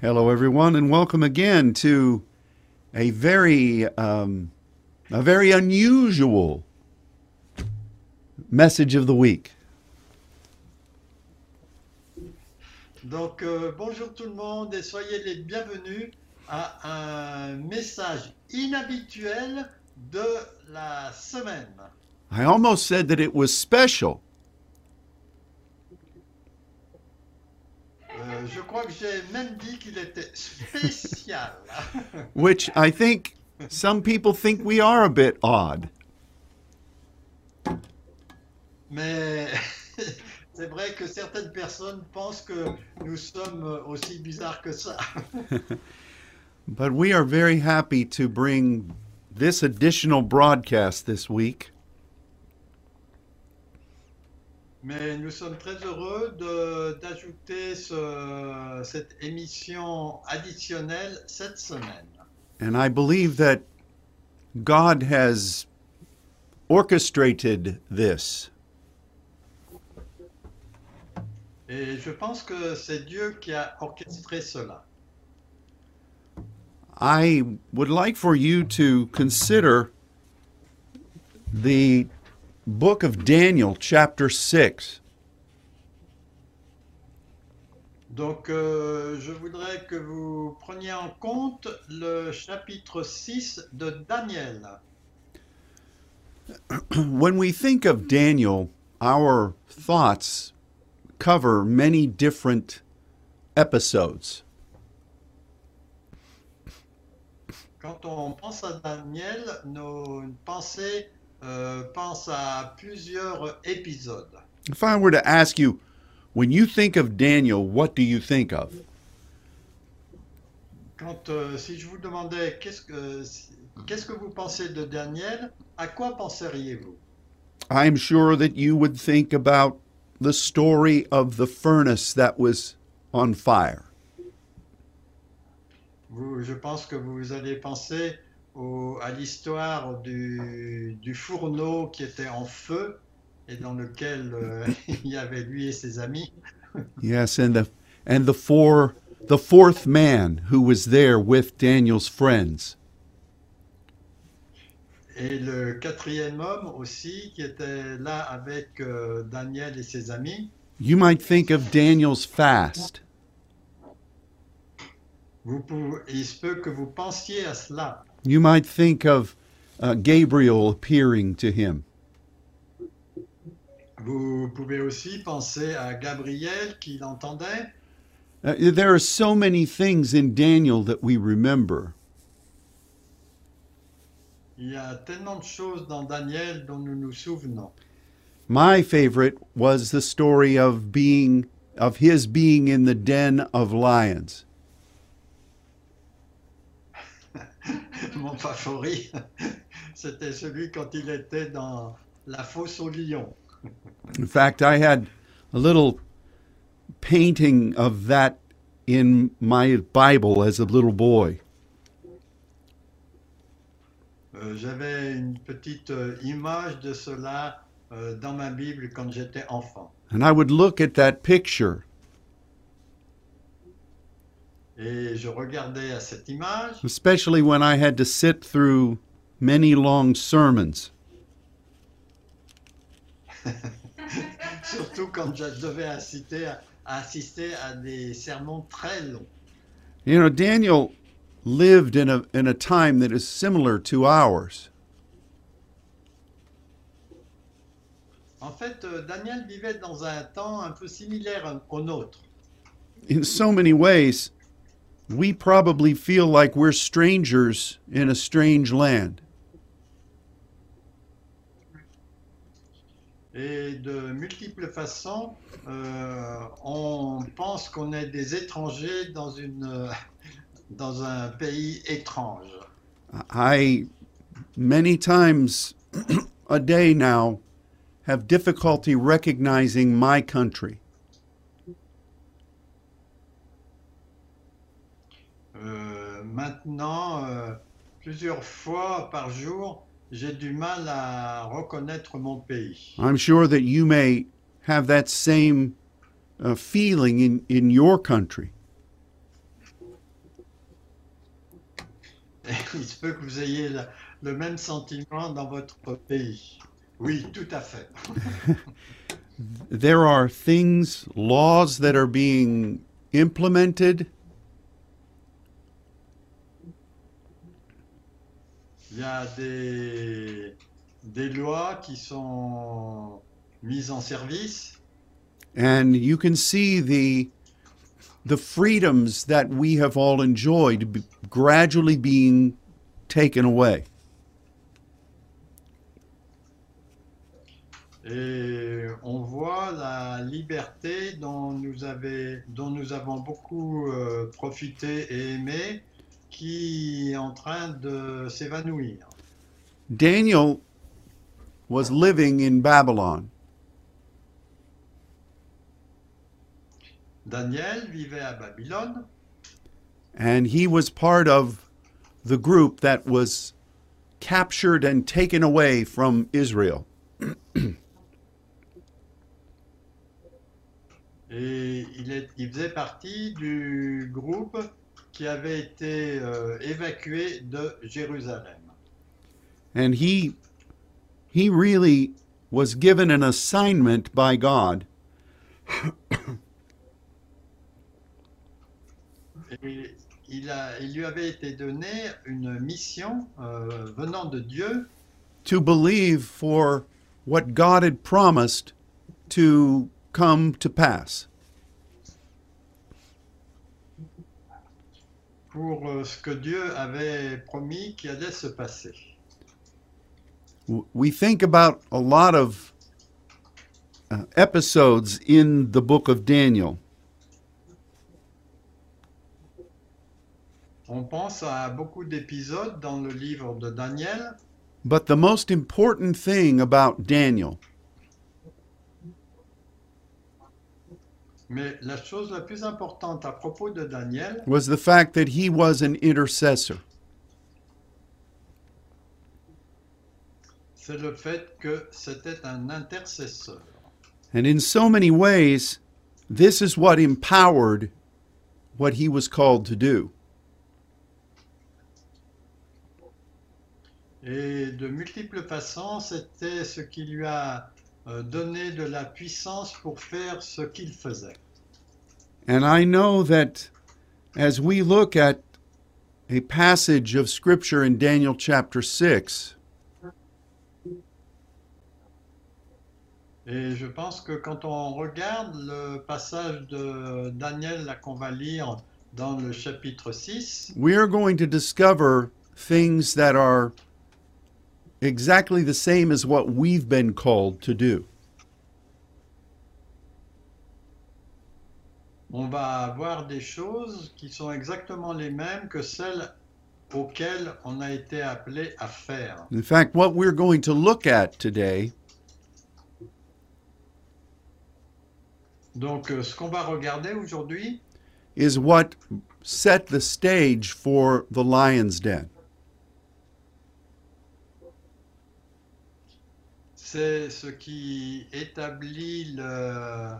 Hello, everyone, and welcome again to a very um, a very unusual message of the week. Donc, euh, bonjour tout le monde et soyez les bienvenus à un message inhabituel de la semaine. I almost said that it was special, Euh, je crois que j'ai même dit qu'il était spécial. which I think some people think we are a bit odd. Mais c'est vrai que certaines personnes pensent que nous sommes aussi bizarres que ça. But we are very happy to bring this additional broadcast this week Mais nous sommes très heureux de- d'ajouter ce- cette émission additionnelle cette semaine. And I believe that God has orchestrated this. Et je pense que c'est Dieu qui a orchestré cela. I would like for you to consider the book of Daniel, chapter 6. Donc, euh, je voudrais que vous preniez en compte le chapitre 6 de Daniel. When we think of Daniel, our thoughts cover many different episodes. Quand on pense à Daniel, nos pensées euh, pensent à plusieurs épisodes. If I were to ask you, when you think of Daniel, what do you think of? Quand, euh, si je vous demandais qu'est-ce que, qu'est-ce que vous pensez de Daniel, à quoi penseriez-vous I'm sure that you would think about the story of the furnace that was on fire. Vous- Je pense que vous allez penser au- à l'histoire du, du fourneau qui était en feu et dans lequel euh, il y avait lui et ses amis. Yes, and the and the four the fourth man who was there with Daniel's friends. Et le quatrième homme aussi qui était là avec euh, Daniel et ses amis. You might think of Daniel's fast. Vous pouvez- il se peut que vous pensiez à cela. You might think of uh, Gabriel appearing to him. Vous pouvez aussi penser à Gabriel qui l'entendait. Uh, there are so many things in Daniel that we remember. Il y a tellement de choses dans Daniel dont nous nous souvenons. My favorite was the story of being of his being in the den of lions. Mon favori, c'était celui quand il était dans la fosse au lion. In fact, I had a little painting of that in my Bible as a little boy. Euh, J'avais une petite euh, image de cela euh, dans ma Bible quand j'étais enfant. And I would look at that picture Et je regardais à cette image, especially when I had to sit through many long sermons. surtout quand je devais assister à, assister à des sermons très longs. You know, Daniel lived in a, in a time that is similar to ours. En fait, euh, Daniel vivait dans un temps un peu similaire au nôtre. In so many ways, we probably feel like we're strangers in a strange land. Et de multiples façons, euh, on pense qu'on est des étrangers dans, une, euh, dans un pays étrange. I, many times a day now, have difficulty recognizing my country. Euh, maintenant, euh, plusieurs fois par jour, j'ai du mal à reconnaître mon pays. I'm sure that you may have that same uh, feeling in, in your country. il se peut que vous ayez le, le même sentiment dans votre pays. Oui, tout à fait. There are things, laws that are being implemented Il y a des, des lois qui sont mises en service and you can see the the freedoms that we have all enjoyed b- gradually being taken away. et on voit la liberté dont nous, avait- dont nous avons beaucoup euh, profité et aimé qui est en train de s'évanouir. Daniel was living in Babylon. Daniel vivait à Babylone and he was part of the group that was captured and taken away from Israel. Et il, est- il faisait partie du groupe qui avait été euh, évacué de Jérusalem. And he he really was given an assignment by God Et il, a- il lui avait été donné une mission euh, venant de Dieu to believe for what God had promised to come to pass. pour euh, ce que Dieu avait promis qui allait se passer. W- We think about a lot of uh, episodes in the book of Daniel. On pense à beaucoup d'épisodes dans le livre de Daniel, But the most important thing about Daniel mais la chose la plus importante à propos de Daniel, was the fact that he was an intercessor. c'est le fait que c'était un intercesseur. And in so many ways, this is what empowered what he was called to do. Et de multiples façons, c'était ce qui lui a euh, donné de la puissance pour faire ce qu'il faisait. And I know that as we look at a passage of scripture in Daniel chapter 6, Et je pense que quand on regarde le passage de Daniel, là qu'on va lire dans le chapitre 6, we are going to discover things that are exactly the same as what we've been called to do. on va voir des choses qui sont exactement les mêmes que celles auxquelles on a été appelé à faire. In fact, what we're going to look at today Donc euh, ce qu'on va regarder aujourd'hui, is what set the stage for the lion's den. C'est ce qui établit le.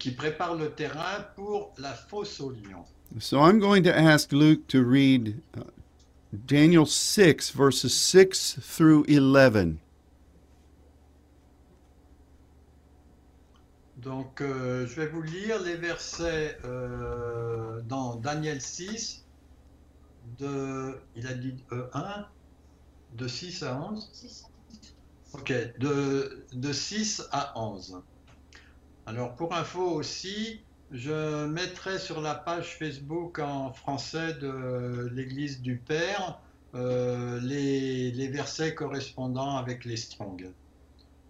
qui prépare le terrain pour la fosse au lion. So I'm going to ask Luke to read uh, Daniel 6, verses 6 through 11. Donc, euh, je vais vous lire les versets euh, dans Daniel 6, de. il a dit euh, 1, de 6 à 11. Ok, de, de 6 à 11. Alors pour info aussi, je mettrai sur la page Facebook en français de l'Église du Père euh, les, les versets correspondants avec les Strong.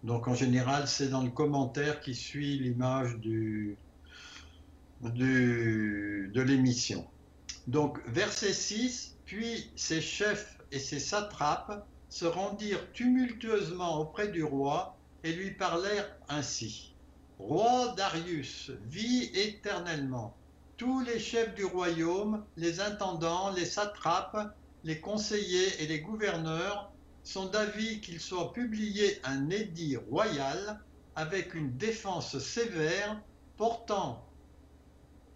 Donc en général, c'est dans le commentaire qui suit l'image du, du- de l'émission. Donc verset 6, puis ses chefs et ses satrapes se rendirent tumultueusement auprès du roi et lui parlèrent ainsi. Roi Darius, vis éternellement. Tous les chefs du royaume, les intendants, les satrapes, les conseillers et les gouverneurs sont d'avis qu'il soit publié un édit royal avec une défense sévère portant,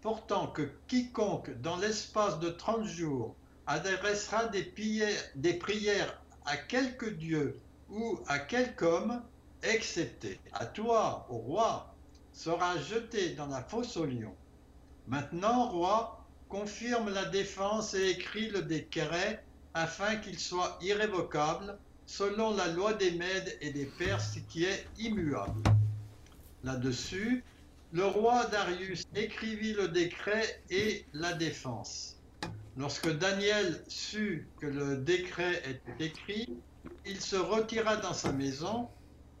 portant que quiconque dans l'espace de 30 jours adressera des, prières- des prières à quelque dieu ou à quelque homme, excepté à toi, au roi, sera jeté dans la fosse au lion. Maintenant, roi, confirme la défense et écris le décret afin qu'il soit irrévocable selon la loi des Mèdes et des Perses qui est immuable. Là-dessus, le roi Darius écrivit le décret et la défense. Lorsque Daniel sut que le décret était écrit, il se retira dans sa maison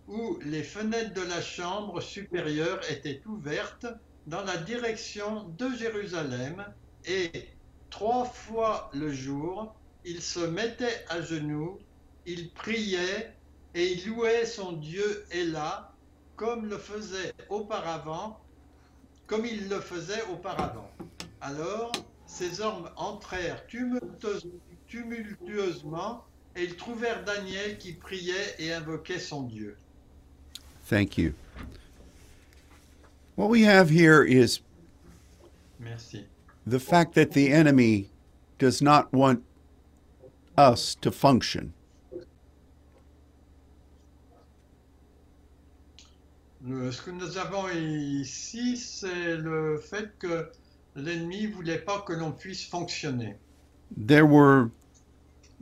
où les fenêtres de la chambre supérieure étaient ouvertes dans la direction de Jérusalem et trois fois le jour, il se mettait à genoux, il priait et il louait son Dieu Héla comme le faisait auparavant, comme il le faisait auparavant. Alors, ces hommes entrèrent tumultueuse- tumultueusement et ils trouvèrent Daniel qui priait et invoquait son Dieu. Thank you. What we have here is Merci. the fact that the enemy does not want us to function. Le- Euh, ce que nous avons ici, c'est le fait que l'ennemi voulait pas que l'on puisse fonctionner. There were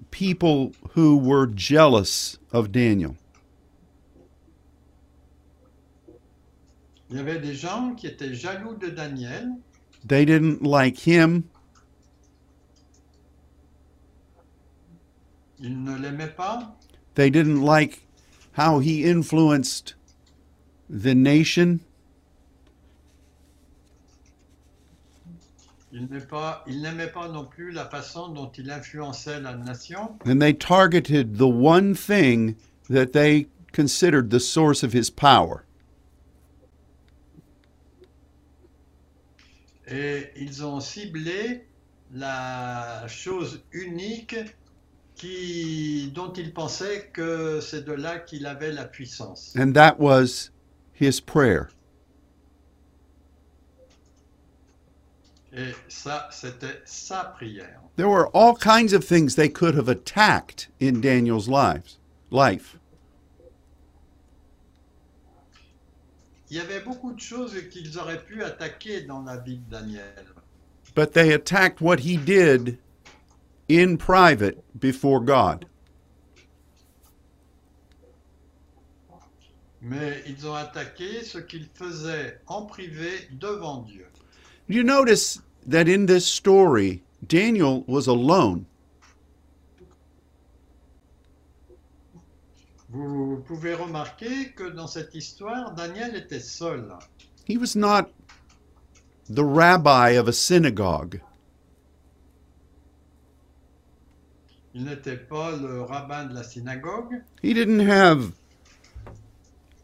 people who were jealous of Daniel. Il y avait des gens qui étaient jaloux de Daniel. They didn't like him, Ils ne l'aimaient pas. they didn't like how he influenced the nation. Ils n'aimaient pas, ils n'aimaient pas non plus la façon dont il influençait la nation. And they targeted the one thing that they considered the source of his power. Et ils ont ciblé la chose unique qui, dont ils pensaient que c'est de là qu'il avait la puissance. And that was his prayer. Et ça, c'était sa prière. There were all kinds of things they could have attacked in Daniel's lives, life. Il y avait beaucoup de choses qu'ils auraient pu attaquer dans la vie de Daniel. But they attacked what he did in private before God. Mais ils ont attaqué ce qu'il faisait en privé devant Dieu. You notice that in this story, Daniel was alone. Vous pouvez remarquer que dans cette histoire, Daniel était seul. He was not the rabbi of a synagogue. Il n'était pas le rabbin de la synagogue. He didn't have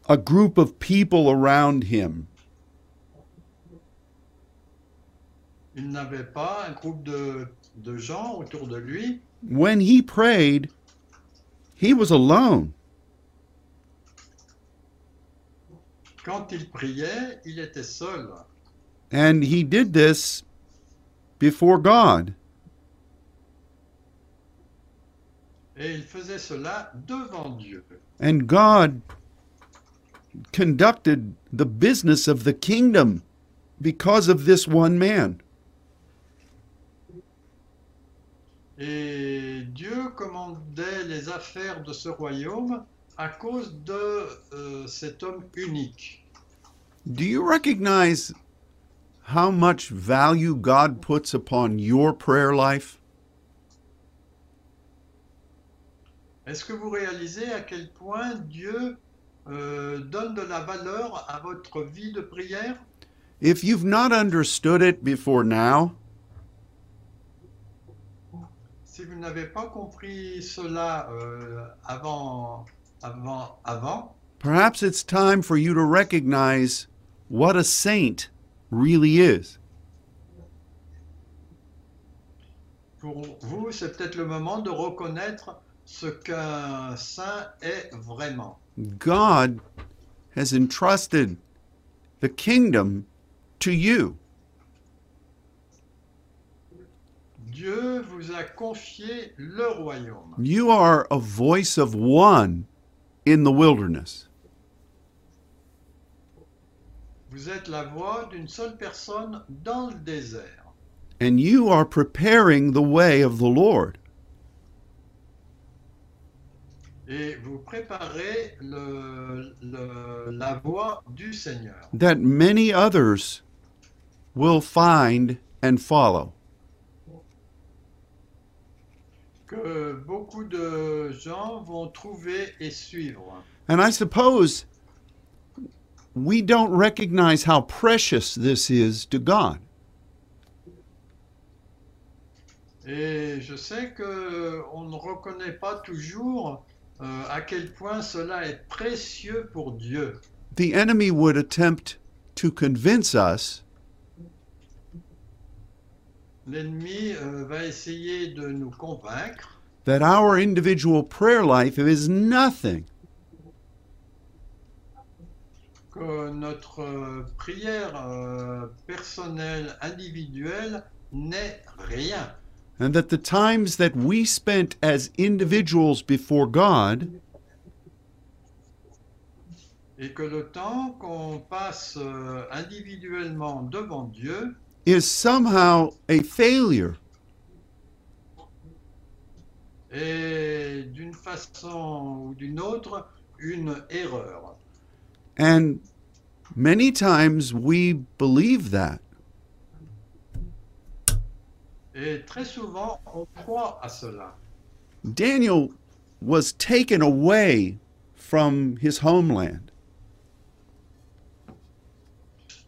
a group of people around him. Il n'avait pas un groupe de, de gens autour de lui. When he prayed, he was alone. Quand il priait, il était seul. And he did this before God. Et il faisait cela devant Dieu. And God conducted the business of the kingdom because of this one man. Et Dieu commandait les affaires de ce royaume à cause de euh, cet homme unique. Do you recognize how much value God puts upon your prayer life? Est-ce que vous réalisez à quel point Dieu euh, donne de la valeur à votre vie de prière If you've not understood it before now, Si vous n'avez pas compris cela euh, avant, avant, avant, perhaps it's time for you to recognize what a saint really is. pour vous, c'est peut-être le moment de reconnaître ce qu'un saint est vraiment. God has entrusted the kingdom to you. Dieu vous a confié le royaume. You are a voice of one in the wilderness. Vous êtes la voix d'une seule personne dans le désert. and you are preparing the way of the Lord. Et vous préparez le- le- la voie du Seigneur. that many others will find and follow. Que beaucoup de gens vont trouver et suivre. And I suppose we don't recognize how precious this is to God. Et je sais que euh, on ne reconnaît pas toujours euh, à quel point cela est précieux pour Dieu. The enemy would attempt to convince us L'ennemi euh, va essayer de nous convaincre that our individual prayer life is nothing que notre euh, prière euh, personnelle individuelle n'est rien and that the times that we spent as individuals before God et que le temps qu'on passe euh, individuellement devant Dieu is somehow a failure est d'une façon ou d'une autre une erreur. and many times we believe that Et très souvent, on croit à cela. Daniel was taken away from his homeland.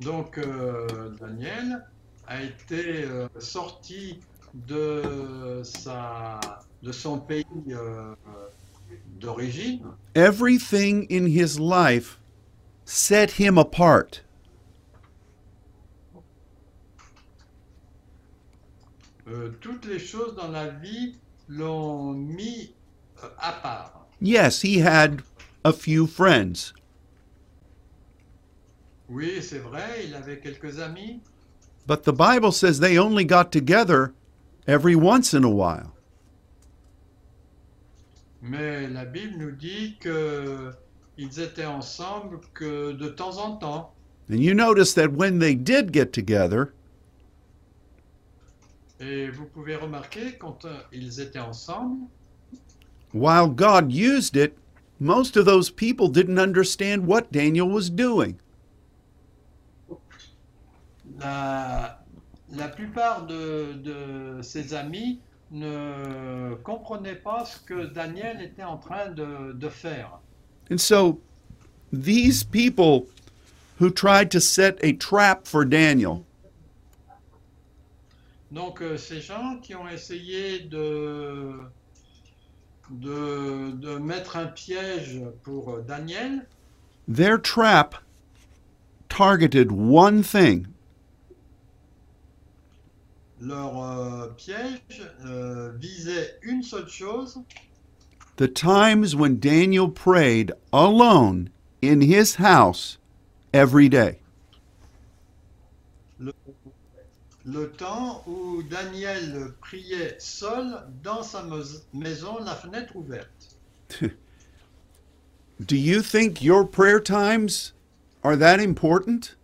Donc euh, Daniel a été euh, sorti de, sa, de son pays euh, d'origine. Everything in his life set him apart. Euh, toutes les choses dans la vie l'ont mis euh, à part. Yes, he had a few friends, Oui, c'est vrai, il avait quelques amis, but the Bible says they only got together every once in a while. mais la Bible nous dit qu'ils étaient ensemble que de temps en temps. And you notice that when they did get together, Et vous pouvez remarquer, quand euh, ils étaient ensemble, while God used it, most of those people didn't understand what Daniel was doing. la, la plupart de, de ses amis ne comprenaient pas ce que Daniel était en train de, de faire. And so these people who tried to set a trap for Daniel Donc euh, ces gens qui ont essayé de, de, de mettre un piège pour euh, Daniel, Their trap targeted one thing leur euh, piège euh, visait une seule chose, the times when Daniel prayed alone in his house every day. le temps où Daniel priait seul dans sa mes- maison, la fenêtre ouverte. Do you think your prayer times are that important?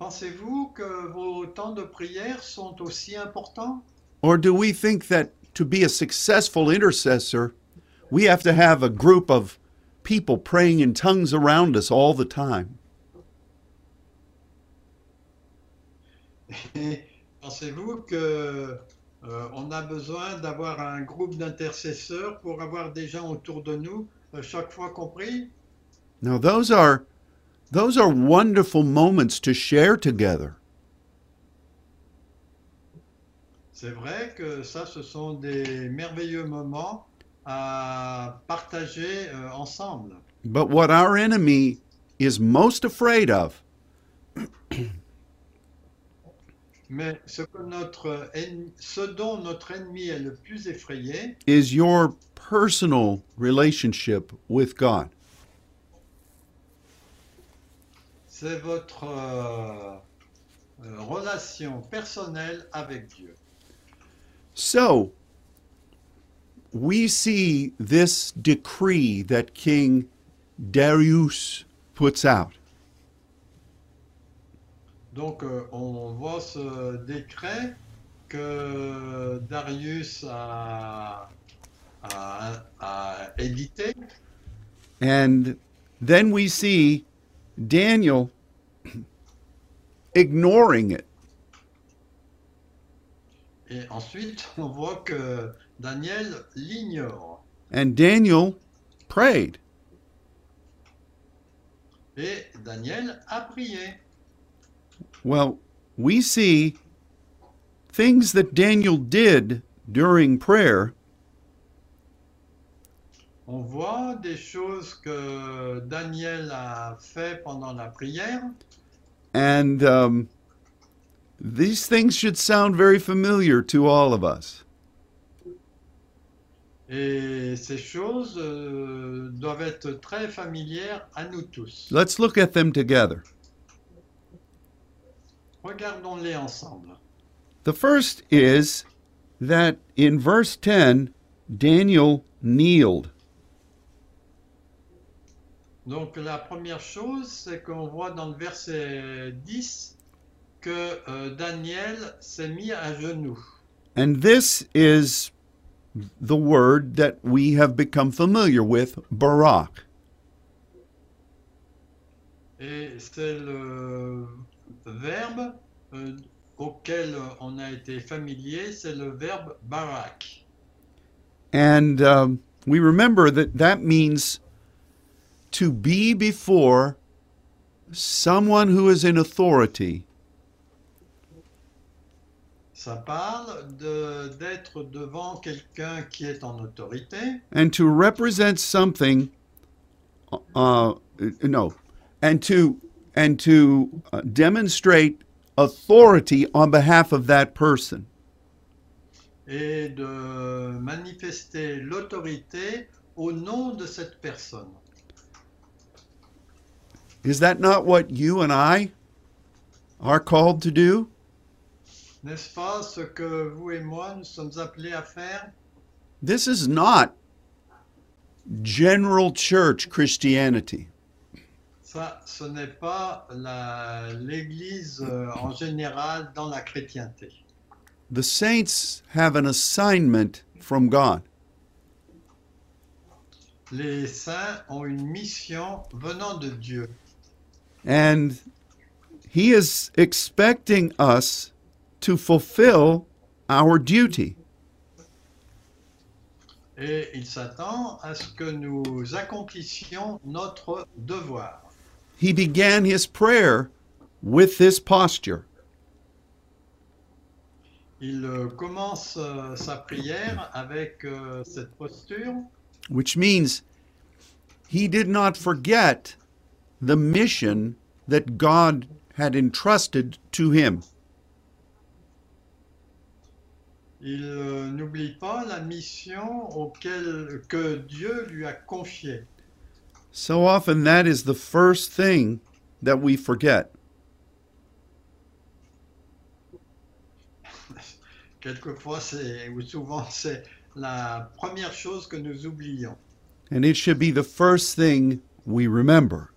Pensez-vous que vos temps de prière sont aussi importants Or do we think that to be a successful intercessor, we have to have a group of people praying in tongues around us all the time? Et Pensez-vous que euh, on a besoin d'avoir un groupe d'intercesseurs pour avoir des gens autour de nous euh, chaque fois compris Now those are those are wonderful moments to share together. C'est vrai que ça, ce sont des merveilleux moments à partager euh, ensemble. But what our enemy is most afraid of Mais ce, que notre ennemi- ce dont notre ennemi est le plus effrayé, is your personal relationship with God. c'est votre euh, euh, relation personnelle avec Dieu. So, we see this decree that King Darius puts out. Donc euh, on voit ce décret que Darius a, a- a édité And then we see Daniel ignoring it. et ensuite on voit que Daniel l'ignore. And Daniel prayed. Et Daniel a prié. Well, we see things that Daniel did during prayer On voit des choses que Daniel a fait pendant la prière And um, these things should sound very familiar to all of us. et ces choses euh, doivent être très familières à nous tous. Let's look at them together. Regardons-les ensemble. The first is that in verse 10, Daniel kneeled. Donc la première chose, c'est qu'on voit dans le verset 10 que euh, Daniel s'est mis à genoux. And this is the word that we have become familiar with, Barak. Et c'est le verbe euh, auquel on a été familier, c'est le verbe barak. And um, we remember that that means to be before someone who is in authority Ça parle de- d'être devant quelqu'un qui est en autorité and to represent something uh, no and to and to uh, demonstrate authority on behalf of that person et de manifester l'autorité au nom de cette personne. is that not what you and i are called to do N'est-ce pas ce que vous et moi nous sommes appelés à faire this is not general church christianity Ça, ce n'est pas la- l'Église euh, en général dans la chrétienté. the saints have an assignment from god Les saints ont une mission venant de Dieu And he is expecting us to fulfill our duty. et il s'attend à ce que nous accomplissions notre devoir. He began his prayer with this posture. Il euh, commence euh, sa prière avec euh, cette posture, which means he did not forget the mission that God had entrusted to him. il euh, n'oublie pas la mission auquel, que Dieu lui a confiée. So often, that is the first thing that we forget. Quelquefois, c'est, ou souvent, c'est la première chose que nous oublions. And it should be the first thing we remember.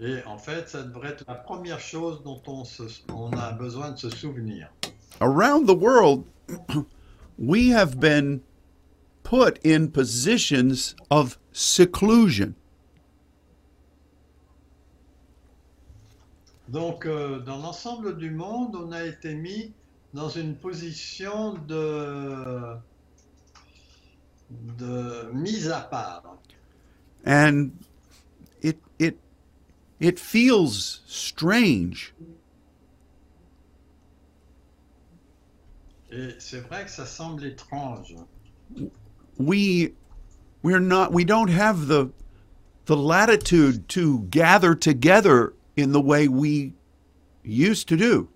Et en fait, ça devrait être la première chose dont on, se- on a besoin de se souvenir. around the world, we have been put in positions of seclusion. Donc, euh, dans l'ensemble du monde, on a été mis dans une position de, de mise à part. And it, it, it feels strange. Et c'est vrai que ça semble étrange. We, we're not, we don't have the, the latitude to gather together in the way we used to do.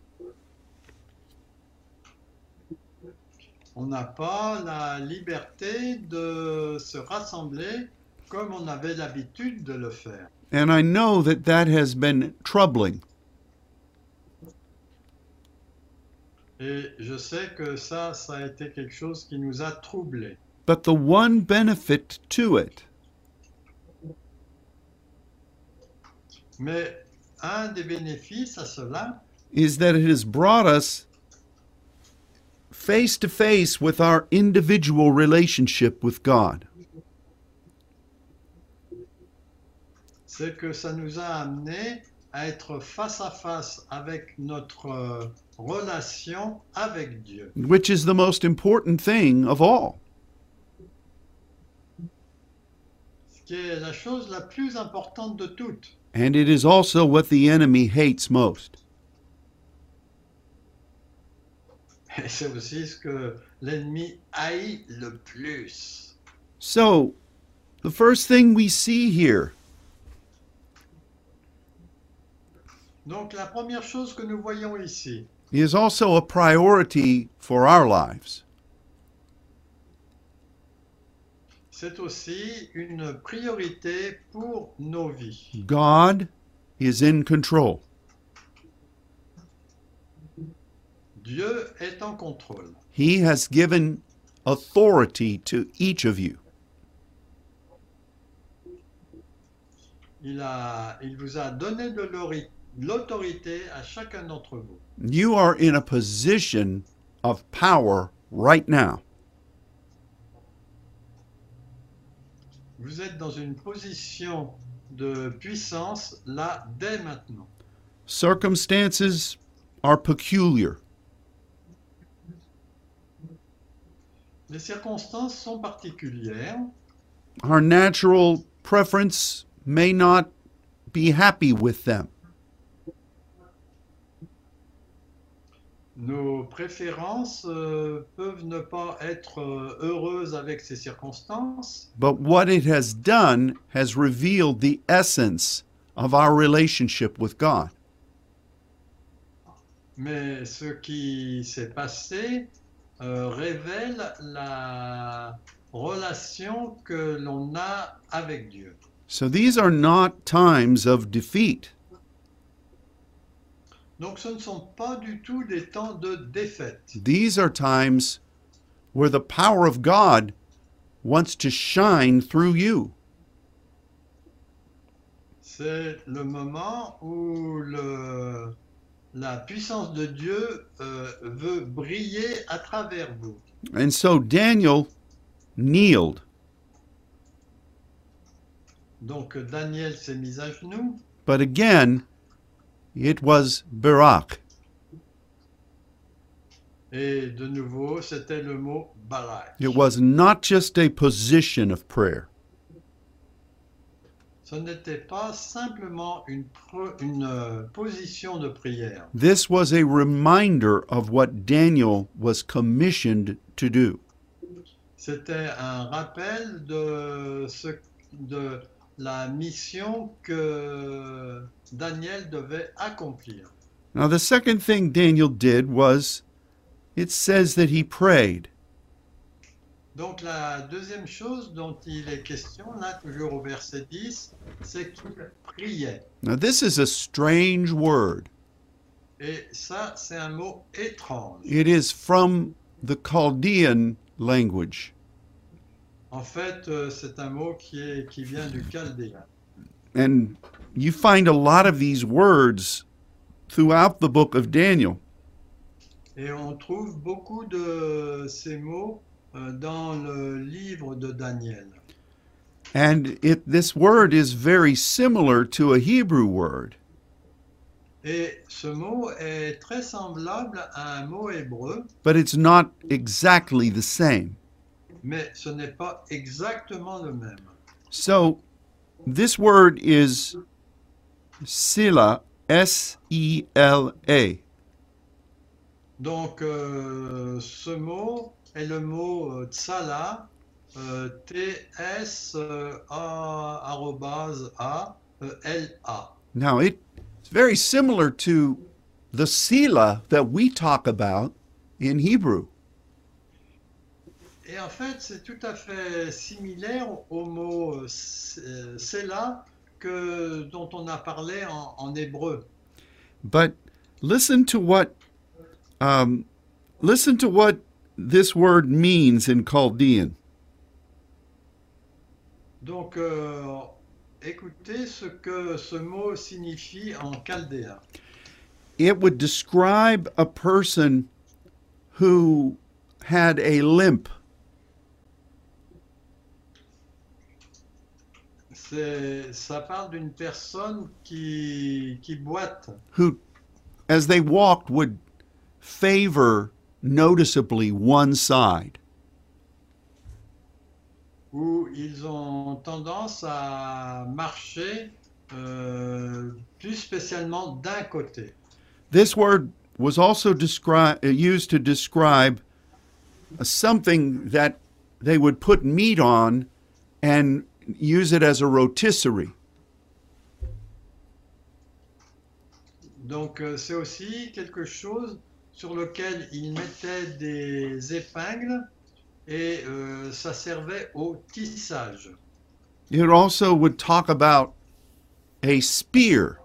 On n'a pas la liberté de se rassembler comme on avait l'habitude de le faire. And I know that that has been troubling. Et je sais que ça, ça a été quelque chose qui nous a troublés. But the one benefit to it Mais un des bénéfices à cela, is that it has brought us face to face with our individual relationship with God. c'est que ça nous a amené à être face à face avec notre euh, relation avec Dieu. which is the most important thing of all. Ce qui est la chose la plus importante de toutes. And it is also what the enemy hates most. Et c'est aussi ce que l'ennemi haït le plus. So, the first thing we see here Donc la première chose que nous voyons ici, is also a priority for our lives. c'est aussi une priorité pour nos vies. God is in control. Dieu est en contrôle. He has given authority to each of you. Il, a, il vous a donné de l'ori- l'autorité à chacun d'entre vous. You are in a position of power right now. Vous êtes dans une position de puissance là dès maintenant. Circumstances are peculiar. Les circonstances sont particulières. Our natural preference may not be happy with them. Nos préférences euh, peuvent ne pas être euh, heureuses avec ces circonstances, But what it has done has revealed the essence of our relationship with God. mais ce qui s'est passé euh, révèle la relation que l'on a avec Dieu. So these are not times of defeat. Donc ce ne sont pas du tout des temps de défaite. These are times where the power of God wants to shine through you. C'est le moment où le- la puissance de Dieu euh, veut briller à travers vous. And so Daniel kneeled, Donc Daniel s'est mis à genoux, but again, it was Barak. et de nouveau, c'était le mot Balak. It was not just a position of prayer, Ce n'était pas simplement une, pro- une, euh, position de prière, this was a reminder of what Daniel was commissioned to do. c'était un rappel de, ce, de la mission que Daniel devait accomplir. Now, the second thing Daniel did was it says that he prayed. Donc la deuxième chose dont il est question, là toujours au verset 10, c'est qu'il priait. Now, this is a strange word. Et ça, c'est un mot étrange. It is from the Chaldean language, En fait, euh, c'est un mot qui, est, qui vient du chaldéen. and you find a lot of these words throughout the book of Daniel. Et on trouve beaucoup de ces mots euh, dans le livre de Daniel. And it, this word is very similar to a Hebrew word. Et ce mot est très semblable à un mot hébreu, but it's not exactly the same. mais ce n'est pas exactement le même. So this word is sila, S E L A. Donc, euh, ce mot est le mot euh, tsala, euh, E T-S-A-L-A. Now it, it's very similar to the sila that we talk about in Hebrew. Et en fait, c'est tout à fait similaire au mot euh, s- euh, tsela que, dont on a parlé en, en hébreu. But listen to what um, listen to what this word means in Chaldean. Donc, euh, écoutez ce que ce mot signifie en chaldéen. It would describe a person who had a limp. C'est- Ça parle d'une personne qui, qui boite, who, as they walked, would favor noticeably one side. où ils ont tendance à marcher euh, plus spécialement d'un côté. This word was also descri- uh, used to describe something that they would put meat on and use it as a rotisserie. Donc euh, c'est aussi quelque chose sur lequel ils mettaient des épingles et euh, ça servait au tissage. It also would talk about a spear.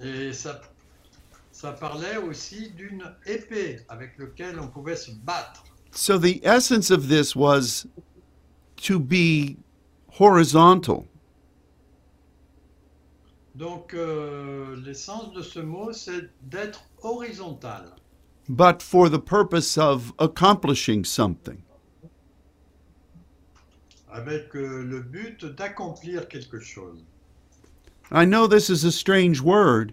Et ça, ça parlait aussi d'une épée avec laquelle on pouvait se battre. So the essence of this was to be horizontal. Donc euh, l'essence de ce mot, c'est d'être horizontal, but for the purpose of accomplishing something. avec euh, le but d'accomplir quelque chose. I know this is a strange word,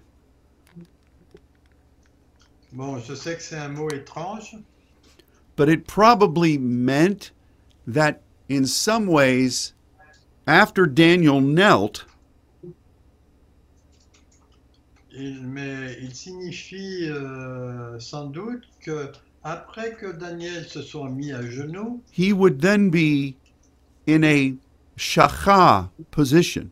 Bon, je sais que c'est un mot étrange, but it probably meant that in some ways, after Daniel knelt, Il- mais il signifie euh, sans doute que après que Daniel se soit mis à genoux, he would then be in a shakha position.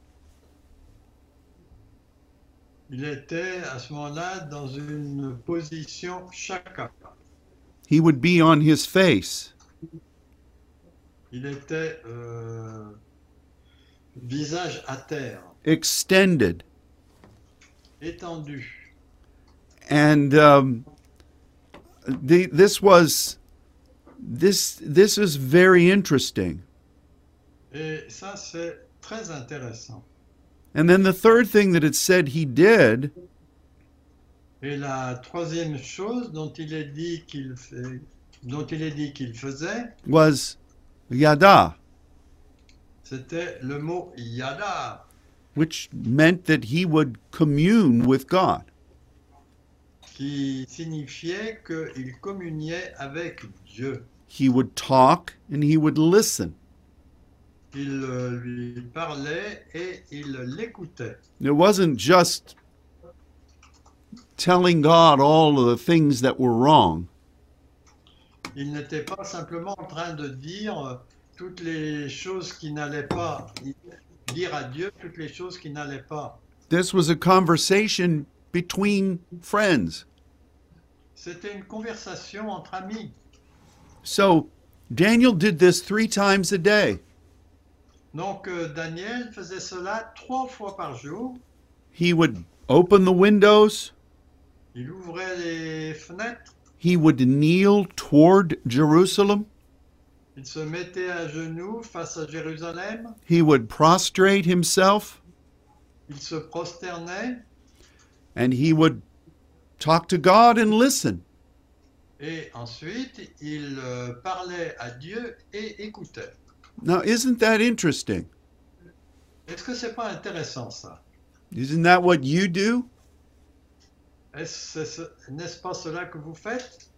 il était à ce moment-là dans une position chaka. He would be on his face. Il était euh, visage à terre, Extended. étendu. and um, the, this was this this is very interesting. Et ça, c'est très intéressant. And then the third thing that it said he did Et la troisième chose dont il est dit qu'il fait- dont il est dit qu'il faisait, was yada, c'était le mot yada. which meant that he would commune with God. qui signifiait qu'il communiait avec Dieu. He would talk and he would listen. Il euh, lui parlait et il l'écoutait. It wasn't just telling God all of the things that were wrong. Il n'était pas simplement en train de dire euh, toutes les choses qui n'allaient pas, Il- dire à Dieu toutes les choses qui n'allaient pas. This was a conversation between friends. C'était une conversation entre amis. So Daniel did this three times a day. Donc euh, Daniel faisait cela trois fois par jour. He would open the windows, Il ouvrait les fenêtres, he would kneel toward Jerusalem, il se mettait à genoux face à Jérusalem, he would prostrate himself, il se prosternait and he would talk to God and listen. Et ensuite, il euh, parlait à Dieu et écoutait. Now, isn't that interesting? Est-ce que c'est pas intéressant ça Isn't that what you do? Est-ce- c'est ce- N'est-ce pas cela que vous faites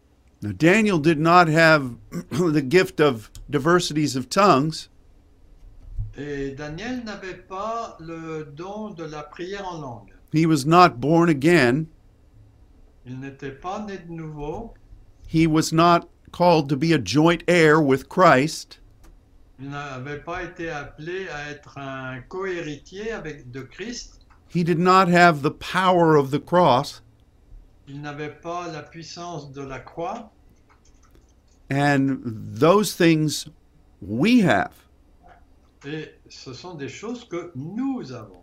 Now, Daniel did not have the gift of diversities of tongues, Et Daniel n'avait pas le don de la prière en langue. he was not born again, Il n'était pas né de nouveau. he was not called to be a joint heir with Christ. Il n'avait pas été appelé à être un cohéritier avec de Christ. He did not have the power of the cross, Il n'avait pas la puissance de la croix. and those things we have. et ce sont des choses que nous avons.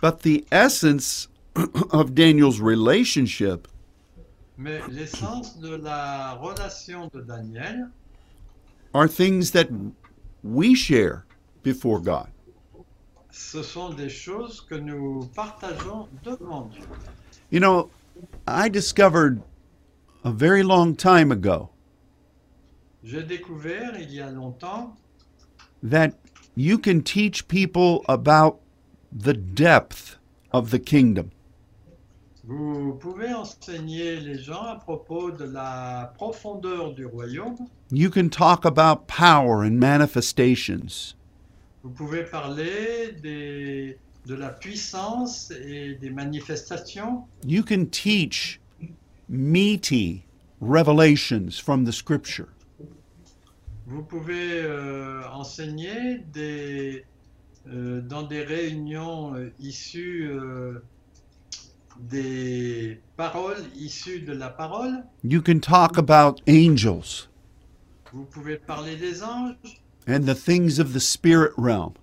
But the essence of Daniel's relationship Mais l'essence de la relation de Daniel, are things that we share before God. ce sont des choses que nous partageons devant Dieu. You know, I discovered a very long time ago J'ai découvert il y a longtemps that you can teach people about the depth of the kingdom. Vous pouvez enseigner les gens à propos de la profondeur du royaume. You can talk about power and manifestations. Vous pouvez parler des- de la puissance et des manifestations. You can teach meaty revelations from the scripture. Vous pouvez euh, enseigner des, euh, dans des réunions euh, issues euh, des paroles issues de la parole. You can talk about angels Vous pouvez parler des anges and the things of the spirit realm.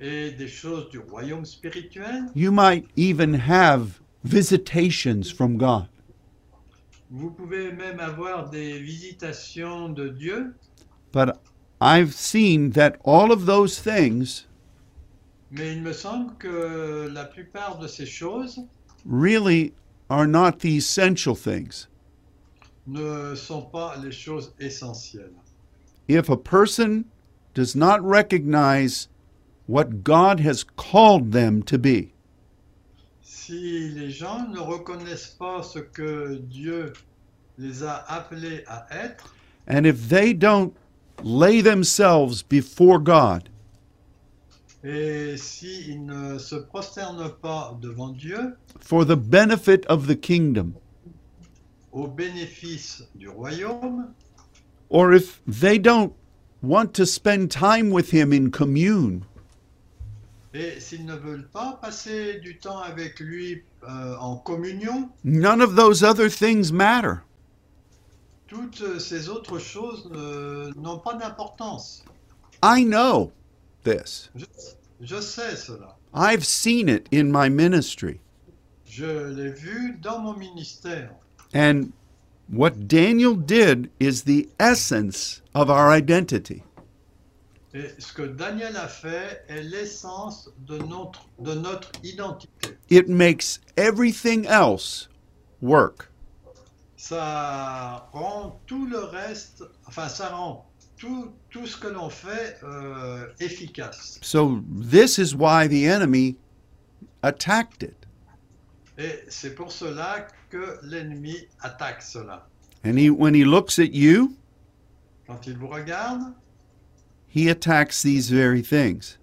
et des choses du royaume spirituel. You might even have visitations from God. Vous pouvez même avoir des visitations de Dieu, But I've seen that all of those things mais il me semble que la plupart de ces choses really are not the essential things. ne sont pas les choses essentielles. If a person does not recognize what God has called them to be, Si les gens ne reconnaissent pas ce que Dieu les a appelés à être, and if they don't lay themselves before God, et s'ils ne se prosternent pas devant Dieu for the benefit of the kingdom, au bénéfice du royaume, or if they don't want to spend time with Him in commune, et s'ils ne veulent pas passer du temps avec lui euh, en communion, none of those other things matter. toutes ces autres choses euh, n'ont pas d'importance. I know this. Je, je sais cela. I've seen it in my ministry. Je l'ai vu dans mon ministère. And what Daniel did is the essence of our identity. Et ce que Daniel a fait est l'essence de notre, de notre identité. It makes everything else work. Ça rend tout le reste, enfin ça rend tout, tout ce que l'on fait euh, efficace. So this is why the enemy attacked it. Et c'est pour cela que l'ennemi attaque cela. And he when he looks at you, Quand il vous regarde, he attacks these very things.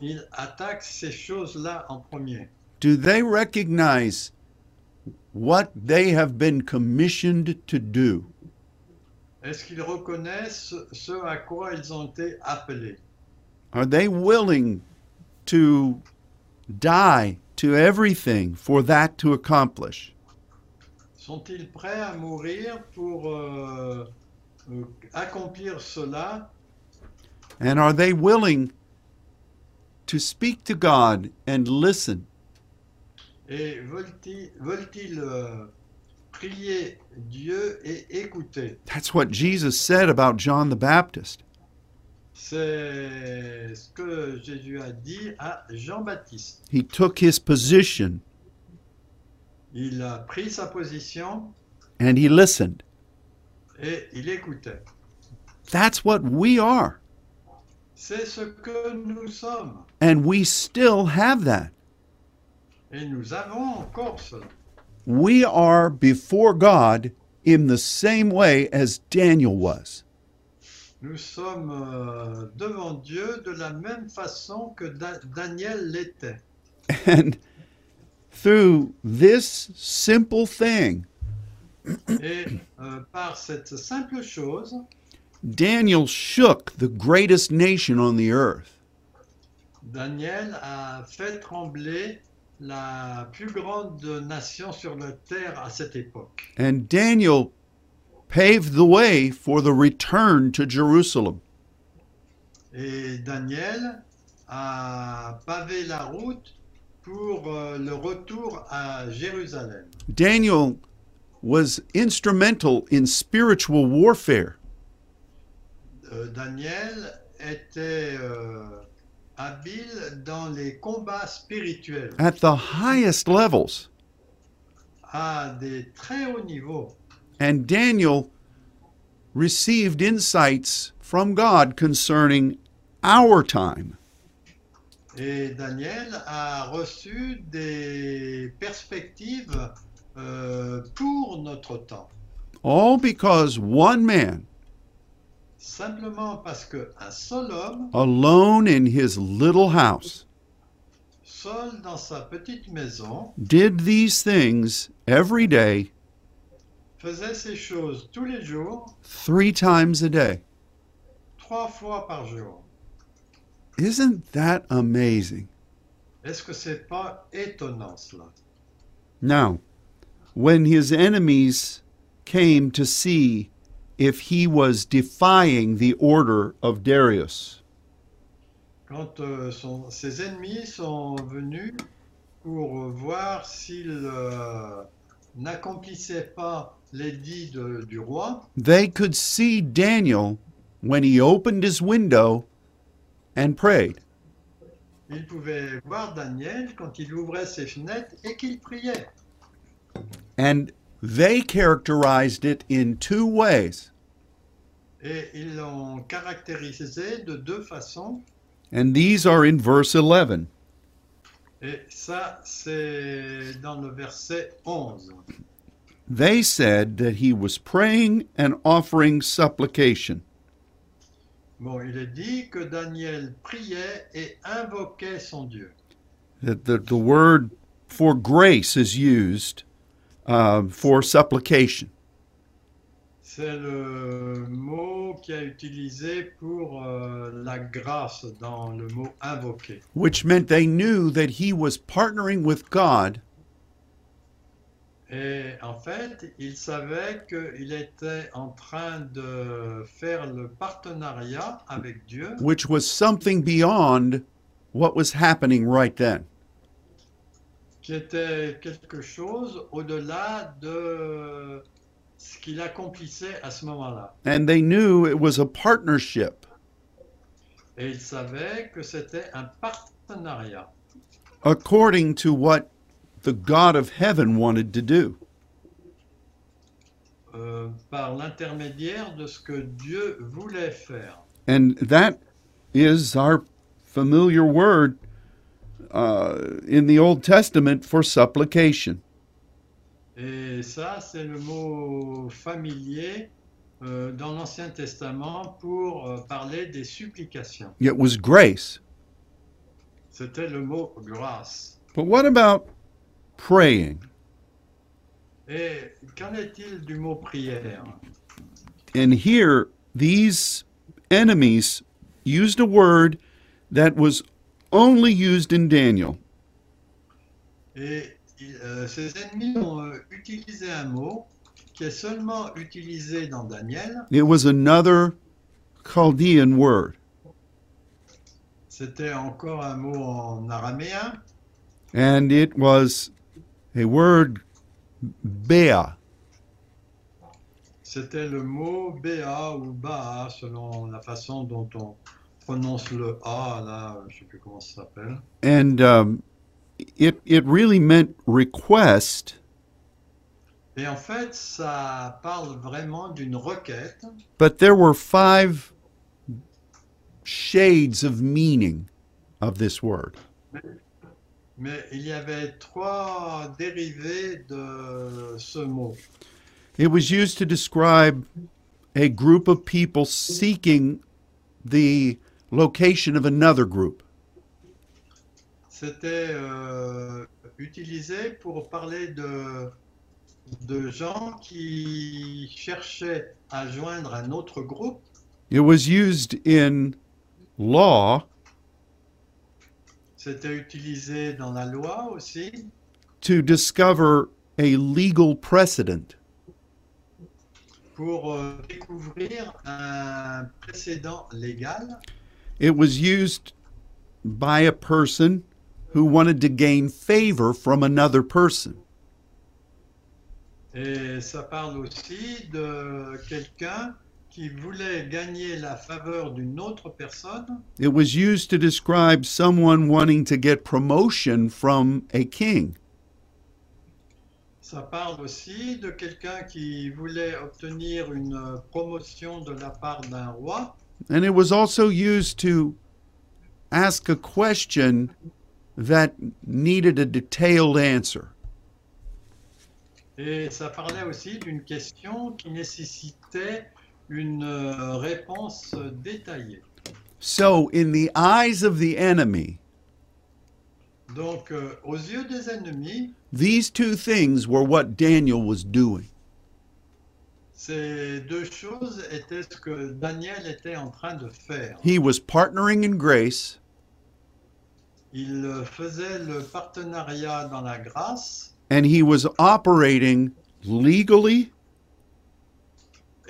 il attaque ces choses-là en premier. Do they recognize what they have been commissioned to do? Est-ce qu'ils reconnaissent ce à quoi ils ont été appelés Are they willing to die to everything for that to accomplish? Sont-ils prêts à mourir pour euh, euh, accomplir cela And are they willing to speak to God and listen? et veulent-ils veulent-ils, euh, prier Dieu et écouter That's what Jesus said about John the Baptist. C'est ce que Jésus a dit à Jean-Baptiste. He took his position Il a pris sa position and he listened. et il écoutait. That's what we are. C'est ce que nous sommes And we still have that. et nous avons encore cela. We are before God in the same way as Daniel was. Nous sommes euh, devant Dieu de la même façon que Da- Daniel l'était. And through this simple thing, Et euh, par cette simple chose, Daniel shook the greatest nation on the earth. Daniel a fait trembler la plus grande nation sur la terre à cette époque. And Daniel paved the way for the return to Jerusalem. Et Daniel a pavé la route pour euh, le retour à Jérusalem. Daniel was instrumental in spiritual warfare. Euh, Daniel était euh, habile dans les combats spirituels at the highest levels. à des très hauts niveaux. And Daniel received insights from God concerning our time. Et Daniel a reçu des perspectives euh, pour notre temps. All because one man, Simplement parce qu'un seul homme, alone in his little house, seul dans sa petite maison, did these things every day, faisait ces choses tous les jours, three times a day. trois fois par jour. Isn't that amazing? Est-ce que c'est pas étonnant cela Now, when his enemies came to see if he was defying the order of Darius, Quand euh, son- ses ennemis sont venus pour euh, voir s'il euh, n'accomplissait pas l'édit de- du roi, they could see Daniel when he opened his window and prayed. Ils pouvaient voir Daniel quand il ouvrait ses fenêtres et qu'il priait. And they characterized it in two ways. Et ils l'ont caractérisé de deux façons. And these are in verse 11. Et ça, c'est dans le verset 11. They said that he was praying and offering supplication. Bon, il est dit que Daniel priait et invoquait son Dieu. that the, the word for grace is used uh, for supplication. C'est le mot qui a utilisé pour euh, la grâce dans le mot invoquer. Which meant they knew that he was partnering with God Et en fait, il savait qu'il était en train de faire le partenariat avec Dieu, which was something beyond what was happening right then. qui était quelque chose au-delà de ce qu'il accomplissait à ce moment-là. And they knew it was a partnership, Et il savait que c'était un partenariat according to what the God of heaven wanted to do. euh, par l'intermédiaire de ce que Dieu voulait faire. And that is our familiar word uh, in the Old Testament for supplication. Et ça, c'est le mot familier euh, dans l'Ancien Testament pour euh, parler des supplications. It was grace. C'était le mot grâce. But what about praying? Et qu'en est-il du mot prière And here, these enemies used a word that was only used in Daniel. Et il- euh, ses ennemis ont euh, utilisé un mot qui est seulement utilisé dans Daniel. It was another Chaldean word, C'était encore un mot en araméen and it was a word Bea, C'était le mot BA ou BA selon la façon dont on prononce le A, là, euh, je ne sais plus comment ça s'appelle. and um, it it really meant request, Et en fait, ça parle vraiment d'une requête, but there were five shades of meaning of this word. mais il y avait trois dérivés de ce mot. It was used to describe a group of people seeking the location of another group. C'était euh, utilisé pour parler de, de gens qui cherchaient à joindre un autre groupe. It was used in law C'était utilisé dans la loi aussi. to discover a legal precedent. pour euh, découvrir un précédent légal It was used by a person who wanted to gain favor from another person. Et ça parle aussi de quelqu'un qui voulait gagner la faveur d'une autre personne. It was used to describe someone wanting to get promotion from a king. Ça parle aussi de quelqu'un qui voulait obtenir une euh, promotion de la part d'un roi. And it was also used to ask a question that needed a detailed answer. Et ça parlait aussi d'une question qui nécessitait une euh, réponse détaillée. So, in the eyes of the enemy, Donc, euh, aux yeux des ennemis, these two things were what Daniel was doing. ces deux choses étaient ce que Daniel était en train de faire. He was partnering in grace Il euh, faisait le partenariat dans la grâce and he was operating legally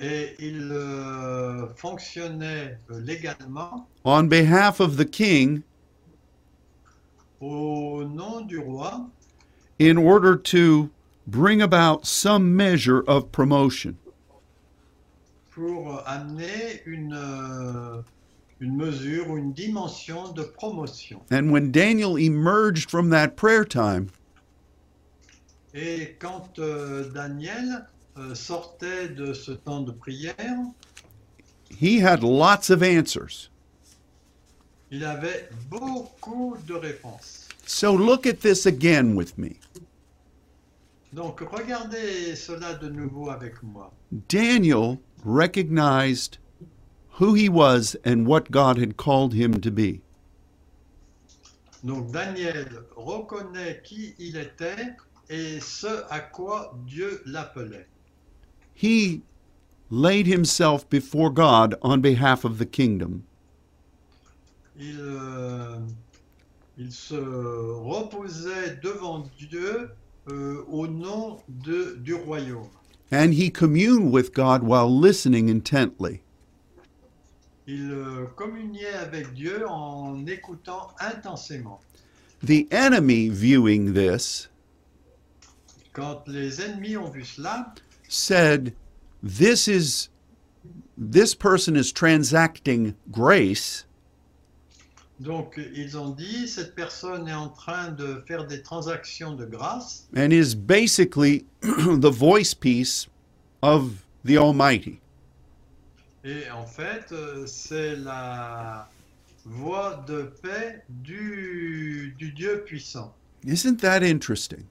et il euh, fonctionnait euh, légalement on behalf of the king au nom du roi in order to bring about some measure of promotion. pour euh, amener une, euh, une mesure ou une dimension de promotion. And when Daniel emerged from that prayer time, Et quand euh, Daniel euh, sortait de ce temps de prière, he had lots of answers. il avait beaucoup de réponses. So look at this again with me. Donc regardez cela de nouveau avec moi. Daniel recognized who he was and what God had called him to be. Donc Daniel reconnaît qui il était et ce à quoi Dieu l'appelait. He laid himself before God on behalf of the kingdom. Il, euh, il se reposait devant Dieu euh, au nom de- du royaume. And he communed with God while listening intently. Il euh, communiait avec Dieu en écoutant intensément. The enemy, viewing this, Quand les ennemis ont vu cela, said, This is, this person is transacting grace, donc ils ont dit, cette personne est en train de faire des transactions de grâce and is basically the voice piece of the Almighty. et en fait euh, c'est la voie de paix du, du Dieu puissant. Isn't that interesting?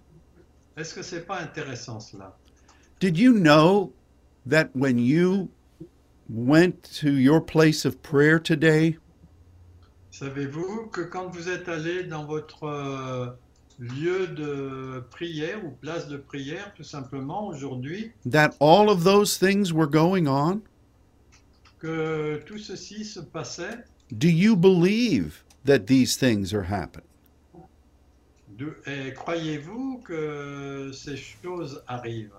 Est-ce que c'est pas intéressant cela Did you know that when you went to your place of prayer today, Savez-vous que quand vous êtes allé dans votre euh, lieu de prière ou place de prière tout simplement aujourd'hui, that all of those things were going on? que tout ceci se passait Do you believe that these things are happening? de- et croyez-vous que ces choses arrivent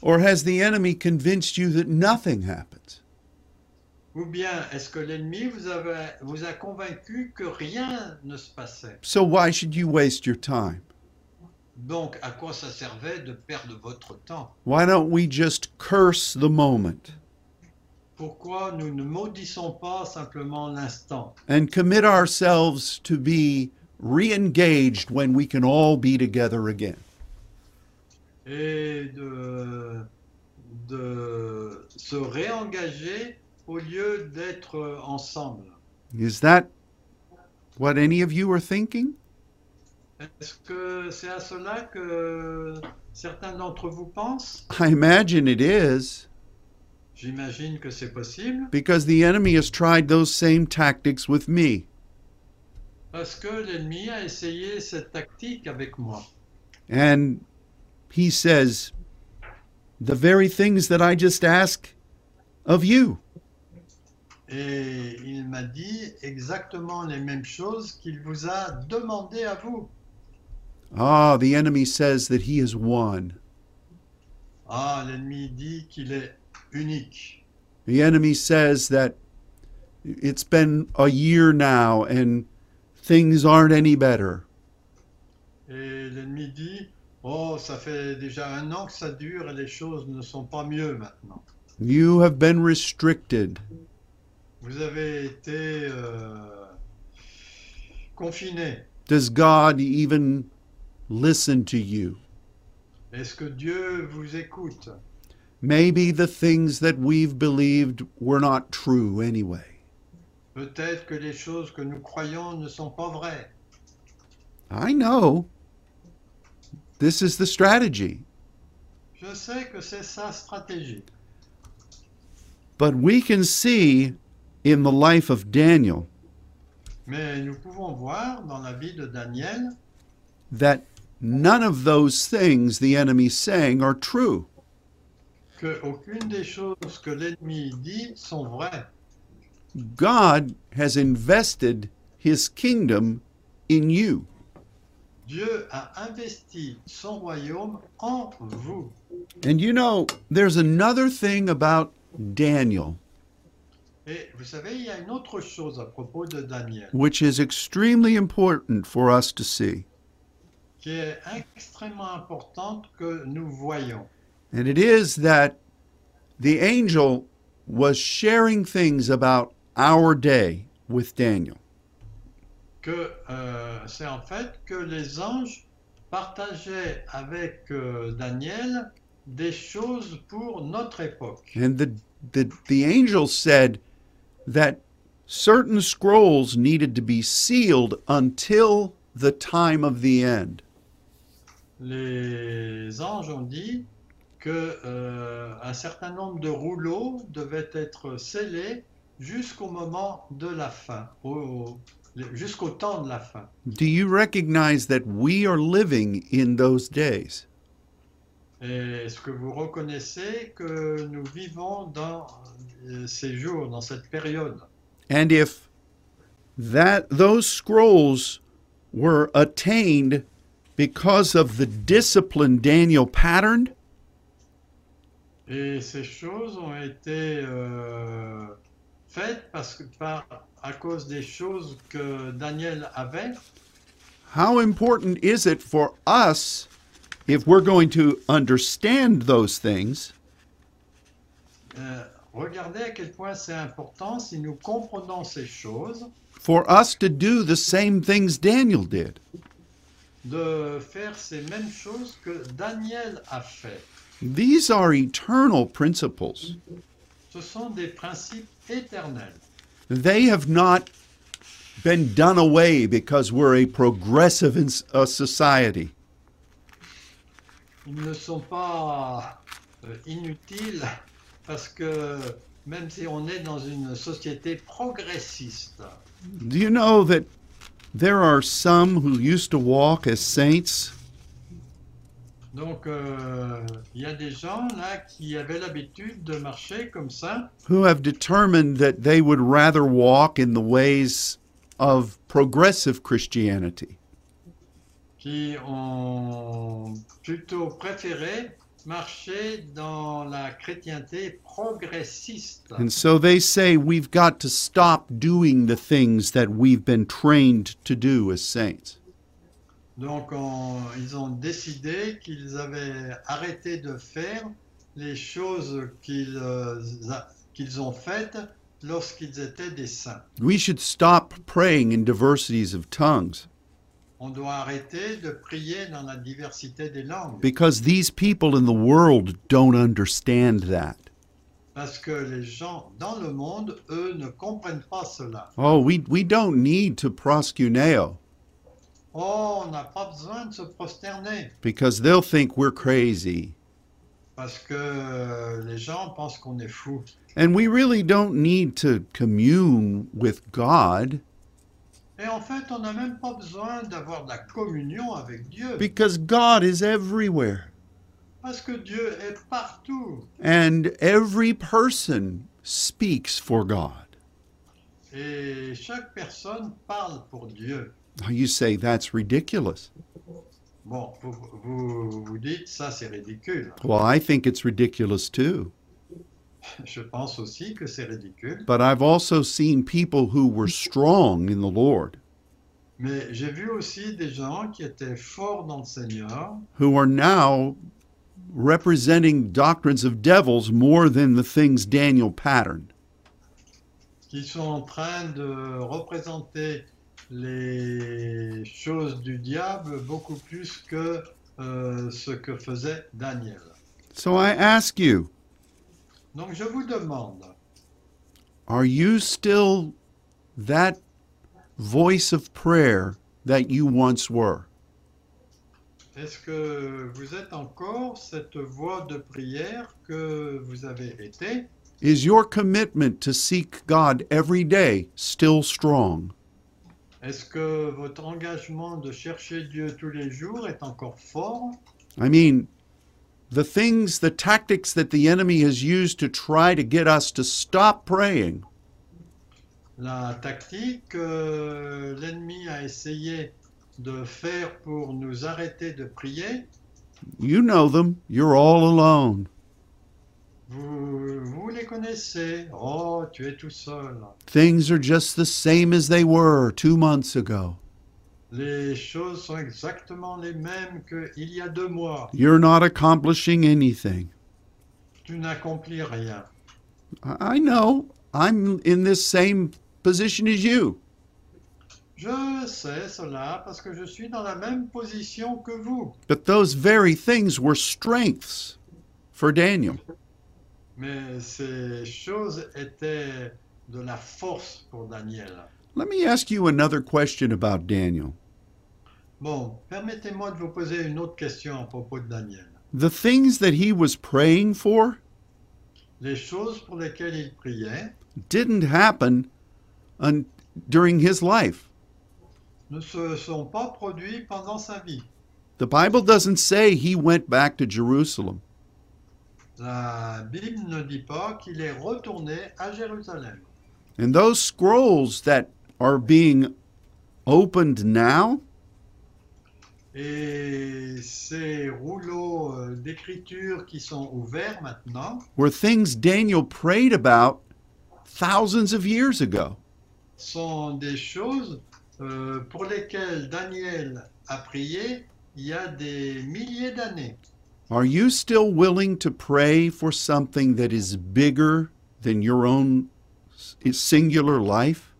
Or has the enemy convinced you that nothing happens? Ou bien est-ce que l'ennemi vous, avait- vous a convaincu que rien ne se passait So why should you waste your time? Donc à quoi ça servait de perdre votre temps Why don't we just curse the moment Pourquoi nous ne maudissons pas simplement l'instant and commit ourselves to be re engaged when we can all be together again? et de, de se réengager au lieu d'être ensemble. Is that what any of you are thinking? Est-ce que c'est à cela que certains d'entre vous pensent I imagine it is J'imagine que c'est possible, because the enemy has tried those same tactics with me. parce que l'ennemi a essayé cette tactique avec moi. And he says, the very things that I just ask of you. Et il m'a dit exactement les mêmes choses qu'il vous a demandé à vous. Ah, the enemy says that he has won. Ah, l'ennemi dit qu'il est unique. The enemy says that it's been a year now and things aren't any better. Et l'ennemi dit, oh, ça fait déjà un an que ça dure et les choses ne sont pas mieux maintenant. You have been restricted. Vous avez été euh, confinés. Does God even listen to you? Est-ce que Dieu vous écoute Maybe the things that we've believed were not true anyway. Peut-être que les choses que nous croyons ne sont pas vraies. I know. This is the strategy. Je sais que c'est sa stratégie. But we can see in the life of Daniel Mais nous pouvons voir dans la vie de Daniel that none of those things the enemy's saying are true. qu'aucune des choses que l'ennemi dit sont vraies. God has invested his kingdom in you. Dieu a investi son royaume en vous. And you know, there's another thing about Daniel Et vous savez, il y a une autre chose à propos de Daniel which is extremely important for us to see. qui est extrêmement importante que nous voyons. And it is that the angel was sharing things about our day with Daniel. que euh, c'est en fait que les anges partageaient avec euh, Daniel des choses pour notre époque. And the, the, the angel said that certain scrolls needed to be sealed until the time of the end. Les anges ont dit que euh, un certain nombre de rouleaux devaient être scellés jusqu'au moment de la fin, au- au- jusqu'au temps de la fin. Do you recognize that we are living in those days? Et Est-ce que vous reconnaissez que nous vivons dans euh, ces jours, dans cette période And if that those scrolls were attained because of the discipline Daniel patterned, Et ces choses ont été euh, faites parce que par, à cause des choses que Daniel avait. how important is it for us if we're going to understand those things Euh, regardez à quel point c'est important si nous comprenons ces choses for us to do the same things Daniel did? de faire ces mêmes choses que Daniel a fait. These are eternal principles. Ce sont des principes éternels. They have not been done away because we're a progressive in, uh, society. Ils ne sont pas euh, inutiles parce que même si on est dans une société progressiste, Do you know that there are some who used to walk as saints Donc, euh, il y a des gens là qui avaient l'habitude de marcher comme ça who have determined that they would rather walk in the ways of progressive Christianity? qui ont plutôt préféré marcher dans la chrétienté progressiste. And so they say we've got to stop doing the things that we've been trained to do as saints. Donc, on- ils ont décidé qu'ils avaient arrêté de faire les choses qu'ils euh, a- qu'ils ont faites lorsqu'ils étaient des saints. We should stop praying in diversities of tongues On doit arrêter de prier dans la diversité des langues. because these people in the world don't understand that. Parce que les gens dans le monde, eux, ne comprennent pas cela. Oh, we, we don't need to proscuneo Oh, on n'a pas besoin de se prosterner. because they'll think we're crazy. Parce que euh, les gens pensent qu'on est fou. And we really don't need to commune with God Et en fait, on n'a même pas besoin d'avoir de la communion avec Dieu. because God is everywhere. Parce que Dieu est partout. And every person speaks for God. Et chaque personne parle pour Dieu. Now You say that's ridiculous. Bon, vous vous, vous dites, ça c'est ridicule. Well, I think it's ridiculous too. Je pense aussi que c'est ridicule, But I've also seen people who were strong in the Lord mais j'ai vu aussi des gens qui étaient forts dans le Seigneur, who are now representing doctrines of devils more than the things Daniel patterned. qui sont en train de représenter les choses du diable beaucoup plus que euh, ce que faisait Daniel. So I ask you, Donc je vous demande, are you still that voice of prayer that you once were? Est-ce que vous êtes encore cette voix de prière que vous avez été Is your commitment to seek God every day still strong? Est-ce que votre engagement de chercher Dieu tous les jours est encore fort I mean, the things, the tactics that the enemy has used to try to get us to stop praying La tactique que l'ennemi a essayé de faire pour nous arrêter de prier, You know them. You're all alone. vous, vous les connaissez. Oh, tu es tout seul. Things are just the same as they were two months ago. Les choses sont exactement les mêmes qu'il y a deux mois. You're not accomplishing anything. Tu n'accomplis rien. I I know. I'm in this same position as you. Je sais cela parce que je suis dans la même position que vous. But those very things were strengths for Daniel. Mais ces choses étaient de la force pour Daniel. Let me ask you another question about Daniel. Bon, permettez-moi de vous poser une autre question à propos de Daniel. The things that he was praying for Les choses pour lesquelles il priait didn't happen un- during his life. ne se sont pas produites pendant sa vie. The Bible doesn't say he went back to Jerusalem. La Bible ne dit pas qu'il est retourné à Jérusalem. And those scrolls that are being opened now, Et ces rouleaux euh, d'écriture qui sont ouverts maintenant were things Daniel prayed about thousands of years ago. sont des choses euh, pour lesquelles Daniel a prié il y a des milliers d'années. Are you still willing to pray for something that is bigger than your own s- singular life?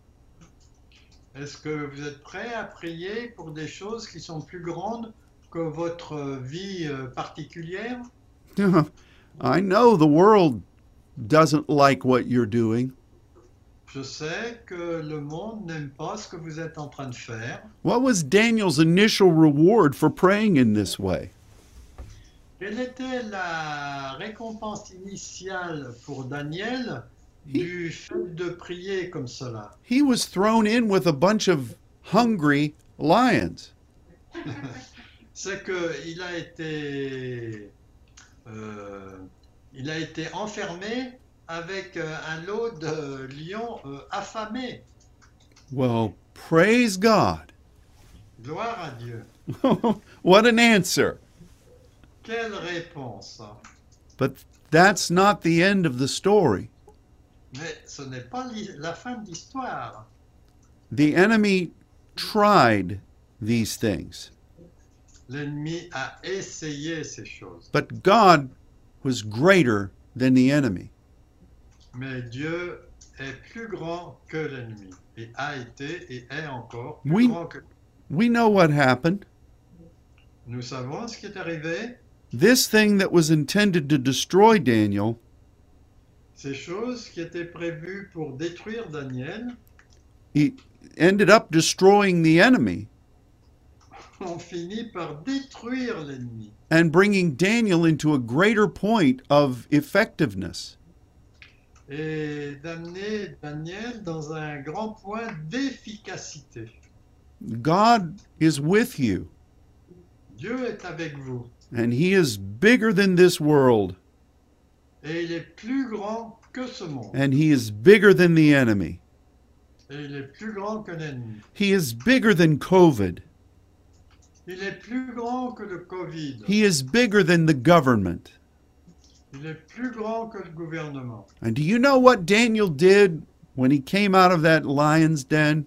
Est-ce que vous êtes prêt à prier pour des choses qui sont plus grandes que votre euh, vie euh, particulière I know the world doesn't like what you're doing. Je sais que le monde n'aime pas ce que vous êtes en train de faire. What was Daniel's initial reward for praying in this way? Quelle était la récompense initiale pour Daniel du fait de prier comme cela He was thrown in with a bunch of hungry lions. C'est qu'il a été euh, il a été enfermé avec euh, un lot de lions euh, affamés. Well, praise God. Gloire à Dieu. what an answer. Quelle réponse But that's not the end of the story. Mais ce n'est pas li- la fin de l'histoire. The enemy tried these things, L'ennemi a essayé ces choses. but God was greater than the enemy. Mais Dieu est plus grand que l'ennemi. Et a été et est encore plus Oui. grand que We know what happened. Nous savons ce qui est arrivé. This thing that was intended to destroy Daniel Ces choses qui étaient prévues pour détruire Daniel it ended up destroying the enemy ont fini par détruire l'ennemi and bringing Daniel into a greater point of effectiveness. et d'amener Daniel dans un grand point d'efficacité. God is with you, Dieu est avec vous and He is bigger than this world, et il est plus grand que ce monde and He is bigger than the enemy. et il est plus grand que l'ennemi. He is bigger than COVID. Il est plus grand que le Covid. He is bigger than the government. Il est plus grand que le gouvernement. And do you know what Daniel did when he came out of that lion's den?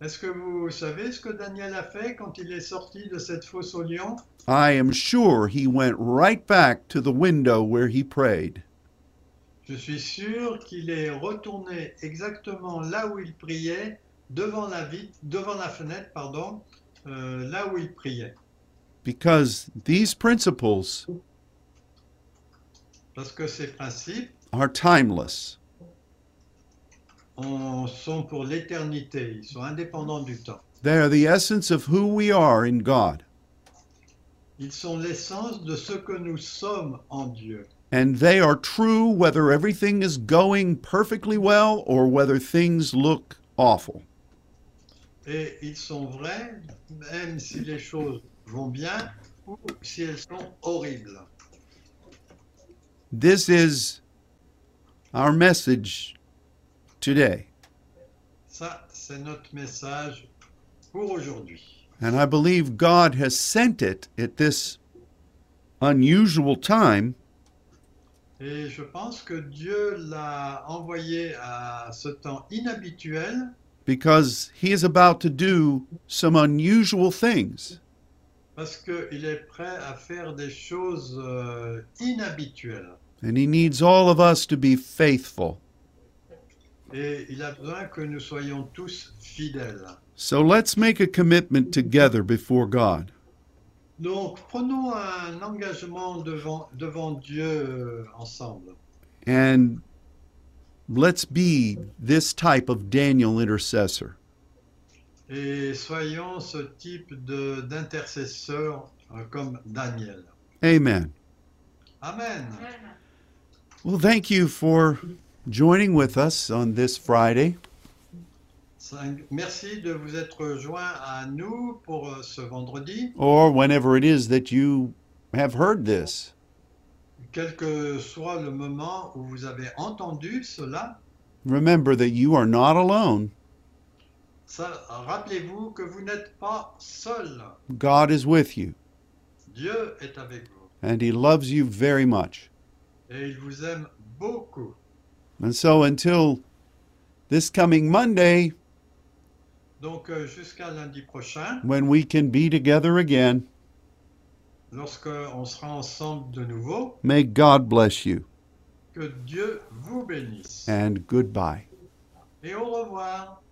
Est-ce que vous savez ce que Daniel a fait quand il est sorti de cette fosse au lion I am sure he went right back to the window where he prayed. Je suis sûr qu'il est retourné exactement là où il priait, devant la vit- devant la fenêtre, pardon, euh, là où il priait. Because these principles Parce que ces principes are timeless. ont- sont pour l'éternité, ils sont indépendants du temps. They are the essence of who we are in God. Ils sont l'essence de ce que nous sommes en Dieu. And they are true whether everything is going perfectly well or whether things look awful. Et ils sont vrais, même si les choses vont bien ou si elles sont horribles. This is our message today. Ça, c'est notre message pour aujourd'hui. And I believe God has sent it at this unusual time Et je pense que Dieu l'a envoyé à ce temps inhabituel because He is about to do some unusual things. parce qu'il est prêt à faire des choses euh, inhabituelles. And He needs all of us to be faithful. Et il a besoin que nous soyons tous fidèles. So let's make a commitment together before God. Donc prenons un engagement devant, devant Dieu euh, ensemble. And let's be this type of Daniel intercessor. Et soyons ce type de- d'intercesseur euh, comme Daniel. Amen. Amen. Well, thank you for joining with us on this Friday. Cinq- Merci de vous être joints à nous pour euh, ce vendredi. or whenever it is that you have heard this. Quel que soit le moment où vous avez entendu cela, Remember that you are not alone. ça- rappelez-vous que vous n'êtes pas seul. God is with you, Dieu est avec vous and He loves you very much. et il vous aime beaucoup. And so, until this coming Monday, Donc euh, jusqu'à lundi prochain, when we can be together again, lorsque on sera ensemble de nouveau, may God bless you, que Dieu vous bénisse. and goodbye. Et au revoir.